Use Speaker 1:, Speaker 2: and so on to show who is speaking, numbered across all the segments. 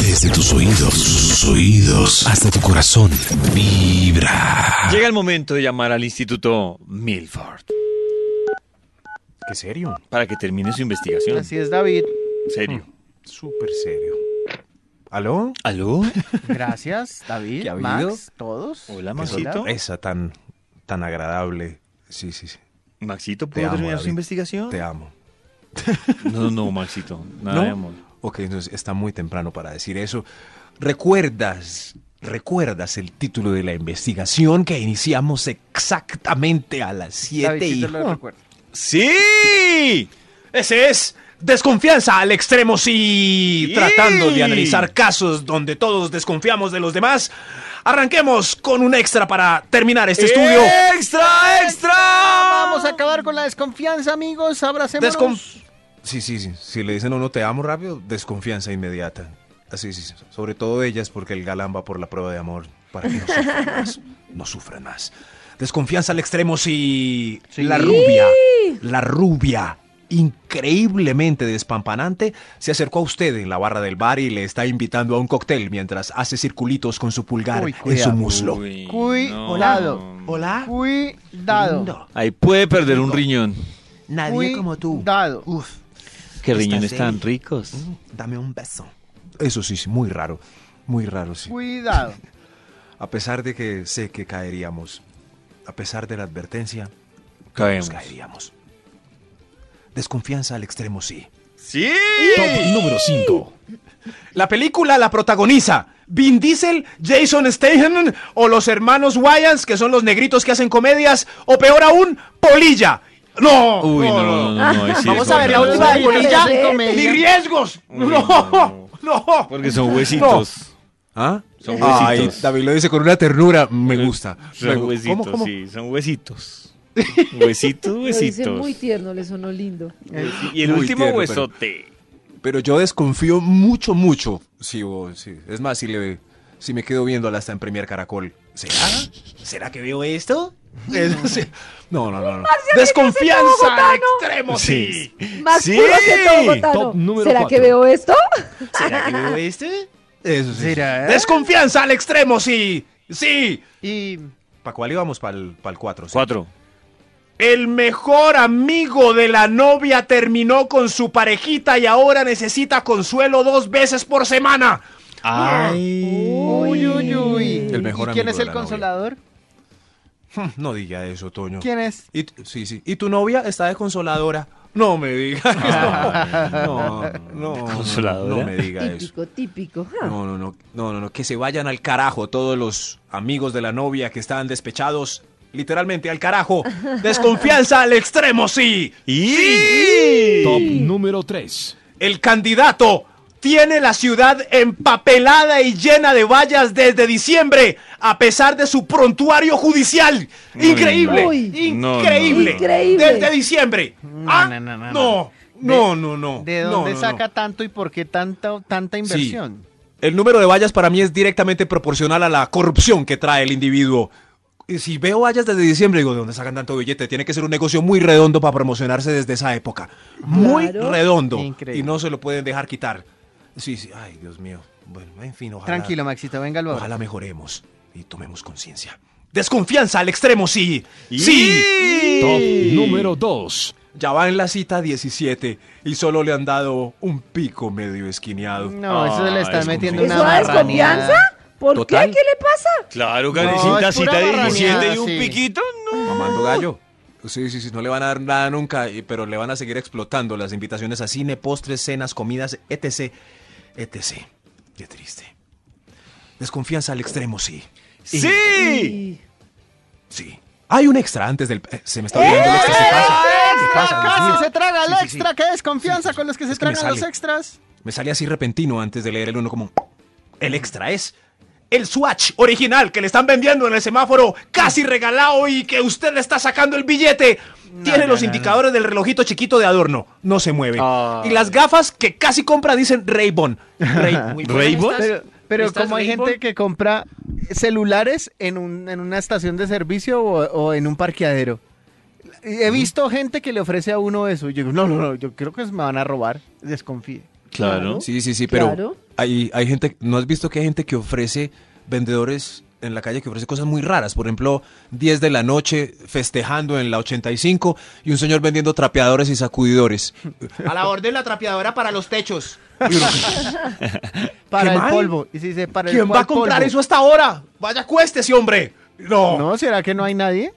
Speaker 1: Desde tus oídos, sus oídos, hasta tu corazón, vibra.
Speaker 2: Llega el momento de llamar al Instituto Milford
Speaker 3: ¿Qué serio?
Speaker 2: para que termine su investigación.
Speaker 4: Así es, David.
Speaker 2: Serio.
Speaker 3: Mm. Súper serio. ¿Aló?
Speaker 2: ¿Aló?
Speaker 4: Gracias, David,
Speaker 3: ¿Qué ha habido?
Speaker 4: Max, todos.
Speaker 2: Hola,
Speaker 3: Qué
Speaker 2: Maxito.
Speaker 3: sorpresa tan, tan agradable. Sí, sí, sí.
Speaker 2: Maxito,
Speaker 3: Te
Speaker 2: ¿puedo
Speaker 3: amo,
Speaker 2: terminar su
Speaker 3: David.
Speaker 2: investigación?
Speaker 3: Te amo.
Speaker 2: No, no, Maxito. Nada
Speaker 3: ¿No?
Speaker 2: de amor.
Speaker 3: Ok, entonces está muy temprano para decir eso. ¿Recuerdas? ¿Recuerdas el título de la investigación que iniciamos exactamente a las 7 y...
Speaker 4: Davidcito lo recuerda.
Speaker 2: ¡Sí!
Speaker 3: Ese es desconfianza al extremo, sí.
Speaker 2: Sí.
Speaker 3: Tratando de analizar casos donde todos desconfiamos de los demás. Arranquemos con un extra para terminar este estudio.
Speaker 2: ¡Eh! ¡Extra, extra!
Speaker 4: Vamos a acabar con la desconfianza, amigos. Abracémonos.
Speaker 3: Desconf- Sí, sí, sí. Si le dicen a uno te amo rápido, desconfianza inmediata. Así, sí, sí. Sobre todo de ellas porque el galán va por la prueba de amor para que no sufran más. No sufran más. Desconfianza al extremo si la rubia, la rubia, increíblemente despampanante, se acercó a usted en la barra del bar y le está invitando a un cóctel mientras hace circulitos con su pulgar
Speaker 4: Uy,
Speaker 3: en su
Speaker 4: cuidado.
Speaker 3: muslo.
Speaker 2: Uy,
Speaker 4: Cuidado.
Speaker 3: Hola.
Speaker 4: Cuidado.
Speaker 3: Lindo.
Speaker 2: Ahí puede perder un riñón.
Speaker 3: Nadie como tú.
Speaker 4: Cuidado.
Speaker 3: Uf.
Speaker 2: Que
Speaker 3: Estás
Speaker 2: riñones
Speaker 3: ahí.
Speaker 2: tan ricos.
Speaker 3: Dame un beso. Eso sí, sí, muy raro. Muy raro, sí.
Speaker 4: Cuidado.
Speaker 3: A pesar de que sé que caeríamos, a pesar de la advertencia,
Speaker 2: Caemos.
Speaker 3: nos caeríamos. Desconfianza al extremo, sí.
Speaker 2: ¡Sí!
Speaker 1: Top número 5.
Speaker 3: La película la protagoniza Vin Diesel, Jason Statham o los hermanos Wayans, que son los negritos que hacen comedias, o peor aún, Polilla. No.
Speaker 2: Uy, no, no, no, no, no, ahí sí
Speaker 3: Vamos
Speaker 2: es
Speaker 3: a ver la
Speaker 2: no,
Speaker 3: última
Speaker 2: no,
Speaker 3: de
Speaker 2: no,
Speaker 3: Polilla.
Speaker 4: Pero sí, comedia.
Speaker 3: Ni riesgos.
Speaker 2: Uy,
Speaker 3: No.
Speaker 2: no.
Speaker 3: No.
Speaker 2: Porque son huesitos.
Speaker 3: ¿Ah?
Speaker 2: Son
Speaker 3: Ay,
Speaker 2: huesitos.
Speaker 3: David lo dice con una ternura. Me gusta. Me
Speaker 2: Son
Speaker 3: gu-
Speaker 2: huesitos,
Speaker 3: ¿Cómo, cómo?
Speaker 2: sí, son huesitos. Huesitos,
Speaker 5: Lo dice muy
Speaker 2: huesitos.
Speaker 5: tierno, le sonó lindo.
Speaker 2: Y el
Speaker 3: Muy tierno,
Speaker 2: último
Speaker 3: pero-
Speaker 2: huesote.
Speaker 3: Pero yo desconfío mucho, mucho. Sí, o- sí. Es más, si, le, si me quedo viendo hasta en Premier Caracol. ¿Será? ¿Será que veo esto? Es- sí. No, no, no. no. Desconfianza al extremo, sí.
Speaker 5: Más
Speaker 2: Sí.
Speaker 5: puro que todo bogotano.
Speaker 1: Top número
Speaker 5: ¿Será
Speaker 1: cuatro.
Speaker 5: que veo esto?
Speaker 3: ¿Será que veo este? Eso sí.
Speaker 4: ¿Será?
Speaker 3: Desconfianza al extremo, sí. Sí.
Speaker 4: Y
Speaker 3: ¿Para cuál íbamos? Para el 4.
Speaker 2: Cuatro.
Speaker 3: El mejor amigo de la novia terminó con su parejita y ahora necesita consuelo dos veces por semana.
Speaker 4: Ah. uy, uy, uy.
Speaker 3: El mejor
Speaker 4: ¿Y quién
Speaker 3: amigo
Speaker 4: es
Speaker 3: de
Speaker 4: el
Speaker 3: la novia. Hm,
Speaker 4: consolador?
Speaker 3: No diga eso, Toño.
Speaker 4: ¿Quién es?
Speaker 3: Y, t- sí, sí. ¿Y tu novia está de consoladora? No me digas. No, no, no.
Speaker 2: ¿Consoladora?
Speaker 3: No me diga eso.
Speaker 5: Típico, típico. Ah,
Speaker 3: No, no, no, no, no, no, que se vayan al carajo todos los amigos de la novia que están despechados, literalmente al carajo. Desconfianza al extremo, sí.
Speaker 2: Y
Speaker 1: Top número 3.
Speaker 3: El candidato tiene la ciudad empapelada y llena de vallas desde diciembre, a pesar de su prontuario judicial.
Speaker 2: Uy,
Speaker 3: Increíble.
Speaker 5: Uy.
Speaker 2: No, no,
Speaker 3: increíble.
Speaker 5: no. Increíble.
Speaker 3: Desde diciembre.
Speaker 4: No,
Speaker 3: Ah,
Speaker 4: no, no, no,
Speaker 3: no, no, no, no,
Speaker 4: ¿De
Speaker 3: no,
Speaker 4: dónde
Speaker 3: no, no.
Speaker 4: saca tanto y por qué tanta, tanta inversión?
Speaker 3: El número de vallas para mí es directamente proporcional a la corrupción que trae el individuo. Y si veo vallas desde diciembre, digo, ¿de dónde sacan tanto billete? Tiene que ser un negocio muy redondo para promocionarse desde esa época. Muy
Speaker 5: Claro.
Speaker 3: redondo.
Speaker 4: Increíble.
Speaker 3: Y no se lo pueden dejar quitar. Sí, sí, ay, Dios mío. Bueno, en fin, ojalá.
Speaker 4: Tranquilo, Maxito, venga al
Speaker 3: Ojalá mejoremos y tomemos conciencia. Desconfianza al extremo, sí. Sí.
Speaker 1: Top número 2.
Speaker 3: Ya va en la cita 17 y solo le han dado un pico medio esquineado.
Speaker 4: No, eso se le
Speaker 2: Ah,
Speaker 4: están
Speaker 2: es
Speaker 4: metiendo
Speaker 5: ¿Eso
Speaker 4: una
Speaker 5: da
Speaker 4: marranía.
Speaker 5: desconfianza? ¿Por
Speaker 3: Total.
Speaker 5: qué? ¿Qué le pasa?
Speaker 2: Claro,
Speaker 4: No,
Speaker 2: Karencita,
Speaker 4: es pura
Speaker 2: cita de
Speaker 4: marraneada,
Speaker 2: 17 y un
Speaker 4: sí.
Speaker 2: piquito, no.
Speaker 3: Mamando gallo. Sí, sí, sí, no le van a dar nada nunca, y- pero le van a seguir explotando las invitaciones a cine, postres, cenas, comidas, etc. etc. Qué triste. Desconfianza al extremo, sí.
Speaker 2: ¡Sí!
Speaker 5: Y-
Speaker 3: Sí. Hay un extra antes del. eh, se me está olvidando el extra. ¿Qué pasa? ¿Qué pasa? Dios mío?
Speaker 4: Casi se traga el
Speaker 3: Sí, sí, sí.
Speaker 4: extra, qué desconfianza con los que se
Speaker 3: Es que me
Speaker 4: tragan los
Speaker 3: sale.
Speaker 4: extras.
Speaker 3: Me sale así repentino antes de leer el uno como... El extra es... El Swatch original que le están vendiendo en el semáforo casi regalado y que usted le está sacando el billete. Tiene
Speaker 4: no,
Speaker 3: los
Speaker 4: no, Ah.
Speaker 3: indicadores del relojito chiquito de adorno. No se mueve.
Speaker 4: Ay.
Speaker 3: Y las gafas que casi compra dicen Ray-Ban. Ray, muy buenas
Speaker 2: ¿Ray-Ban?
Speaker 3: estas.
Speaker 4: Pero, pero
Speaker 3: ¿Estás
Speaker 4: como hay
Speaker 3: Rainbow?
Speaker 4: gente que compra celulares en, un- en una estación de servicio o, o en un parqueadero. He visto gente que le ofrece a uno eso. y Yo digo, no, no, no, yo creo que me van a robar. Desconfíe.
Speaker 2: Claro.
Speaker 3: Sí, sí, sí, pero
Speaker 5: Claro.
Speaker 3: hay, hay gente, ¿no has visto que hay gente que ofrece vendedores en la calle que ofrece cosas muy raras? Por ejemplo, 10 de la noche festejando en la 85 y un señor vendiendo trapeadores y sacudidores.
Speaker 6: A la orden la trapeadora para los techos.
Speaker 3: Y uno,
Speaker 4: Para
Speaker 3: ¿Qué
Speaker 4: el
Speaker 3: mal?
Speaker 4: polvo. Y si dice, para el
Speaker 6: ¿Quién va
Speaker 4: cual
Speaker 6: a comprar
Speaker 4: polvo?
Speaker 6: eso hasta ahora? Vaya cuéstese, hombre. No.
Speaker 4: No, ¿será que no hay nadie?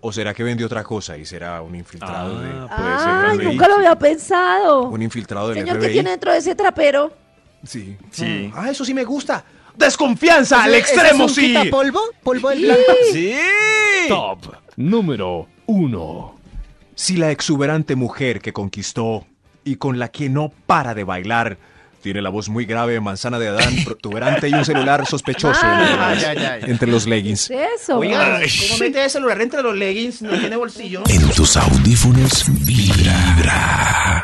Speaker 3: ¿O será que vendió otra cosa y será un infiltrado de...
Speaker 2: Ah, puede ser,
Speaker 5: Ay,
Speaker 2: Rafael.
Speaker 5: nunca lo había pensado.
Speaker 3: Un infiltrado del
Speaker 5: Señor, ¿qué
Speaker 3: FBI.
Speaker 5: tiene dentro de ese trapero?
Speaker 3: Sí.
Speaker 2: Sí.
Speaker 6: Ah, eso sí me gusta. Desconfianza al
Speaker 4: ¿Ese- ese
Speaker 6: extremo,
Speaker 4: es un
Speaker 6: sí.
Speaker 4: quitapolvo? ¿Polvo del blanco?
Speaker 2: Sí.
Speaker 1: Top número 1.
Speaker 3: Si la exuberante mujer que conquistó y con la que no para de bailar tiene la voz muy grave, manzana de Adán, protuberante y un celular sospechoso
Speaker 4: Ah, ya,
Speaker 3: entre,
Speaker 4: ya, ya.
Speaker 3: los, entre los leggings.
Speaker 5: ¿Qué es eso?
Speaker 6: Oiga,
Speaker 2: Ay.
Speaker 6: ¿cómo mete el celular entre los leggings? No tiene bolsillo.
Speaker 1: En tus audífonos vibra.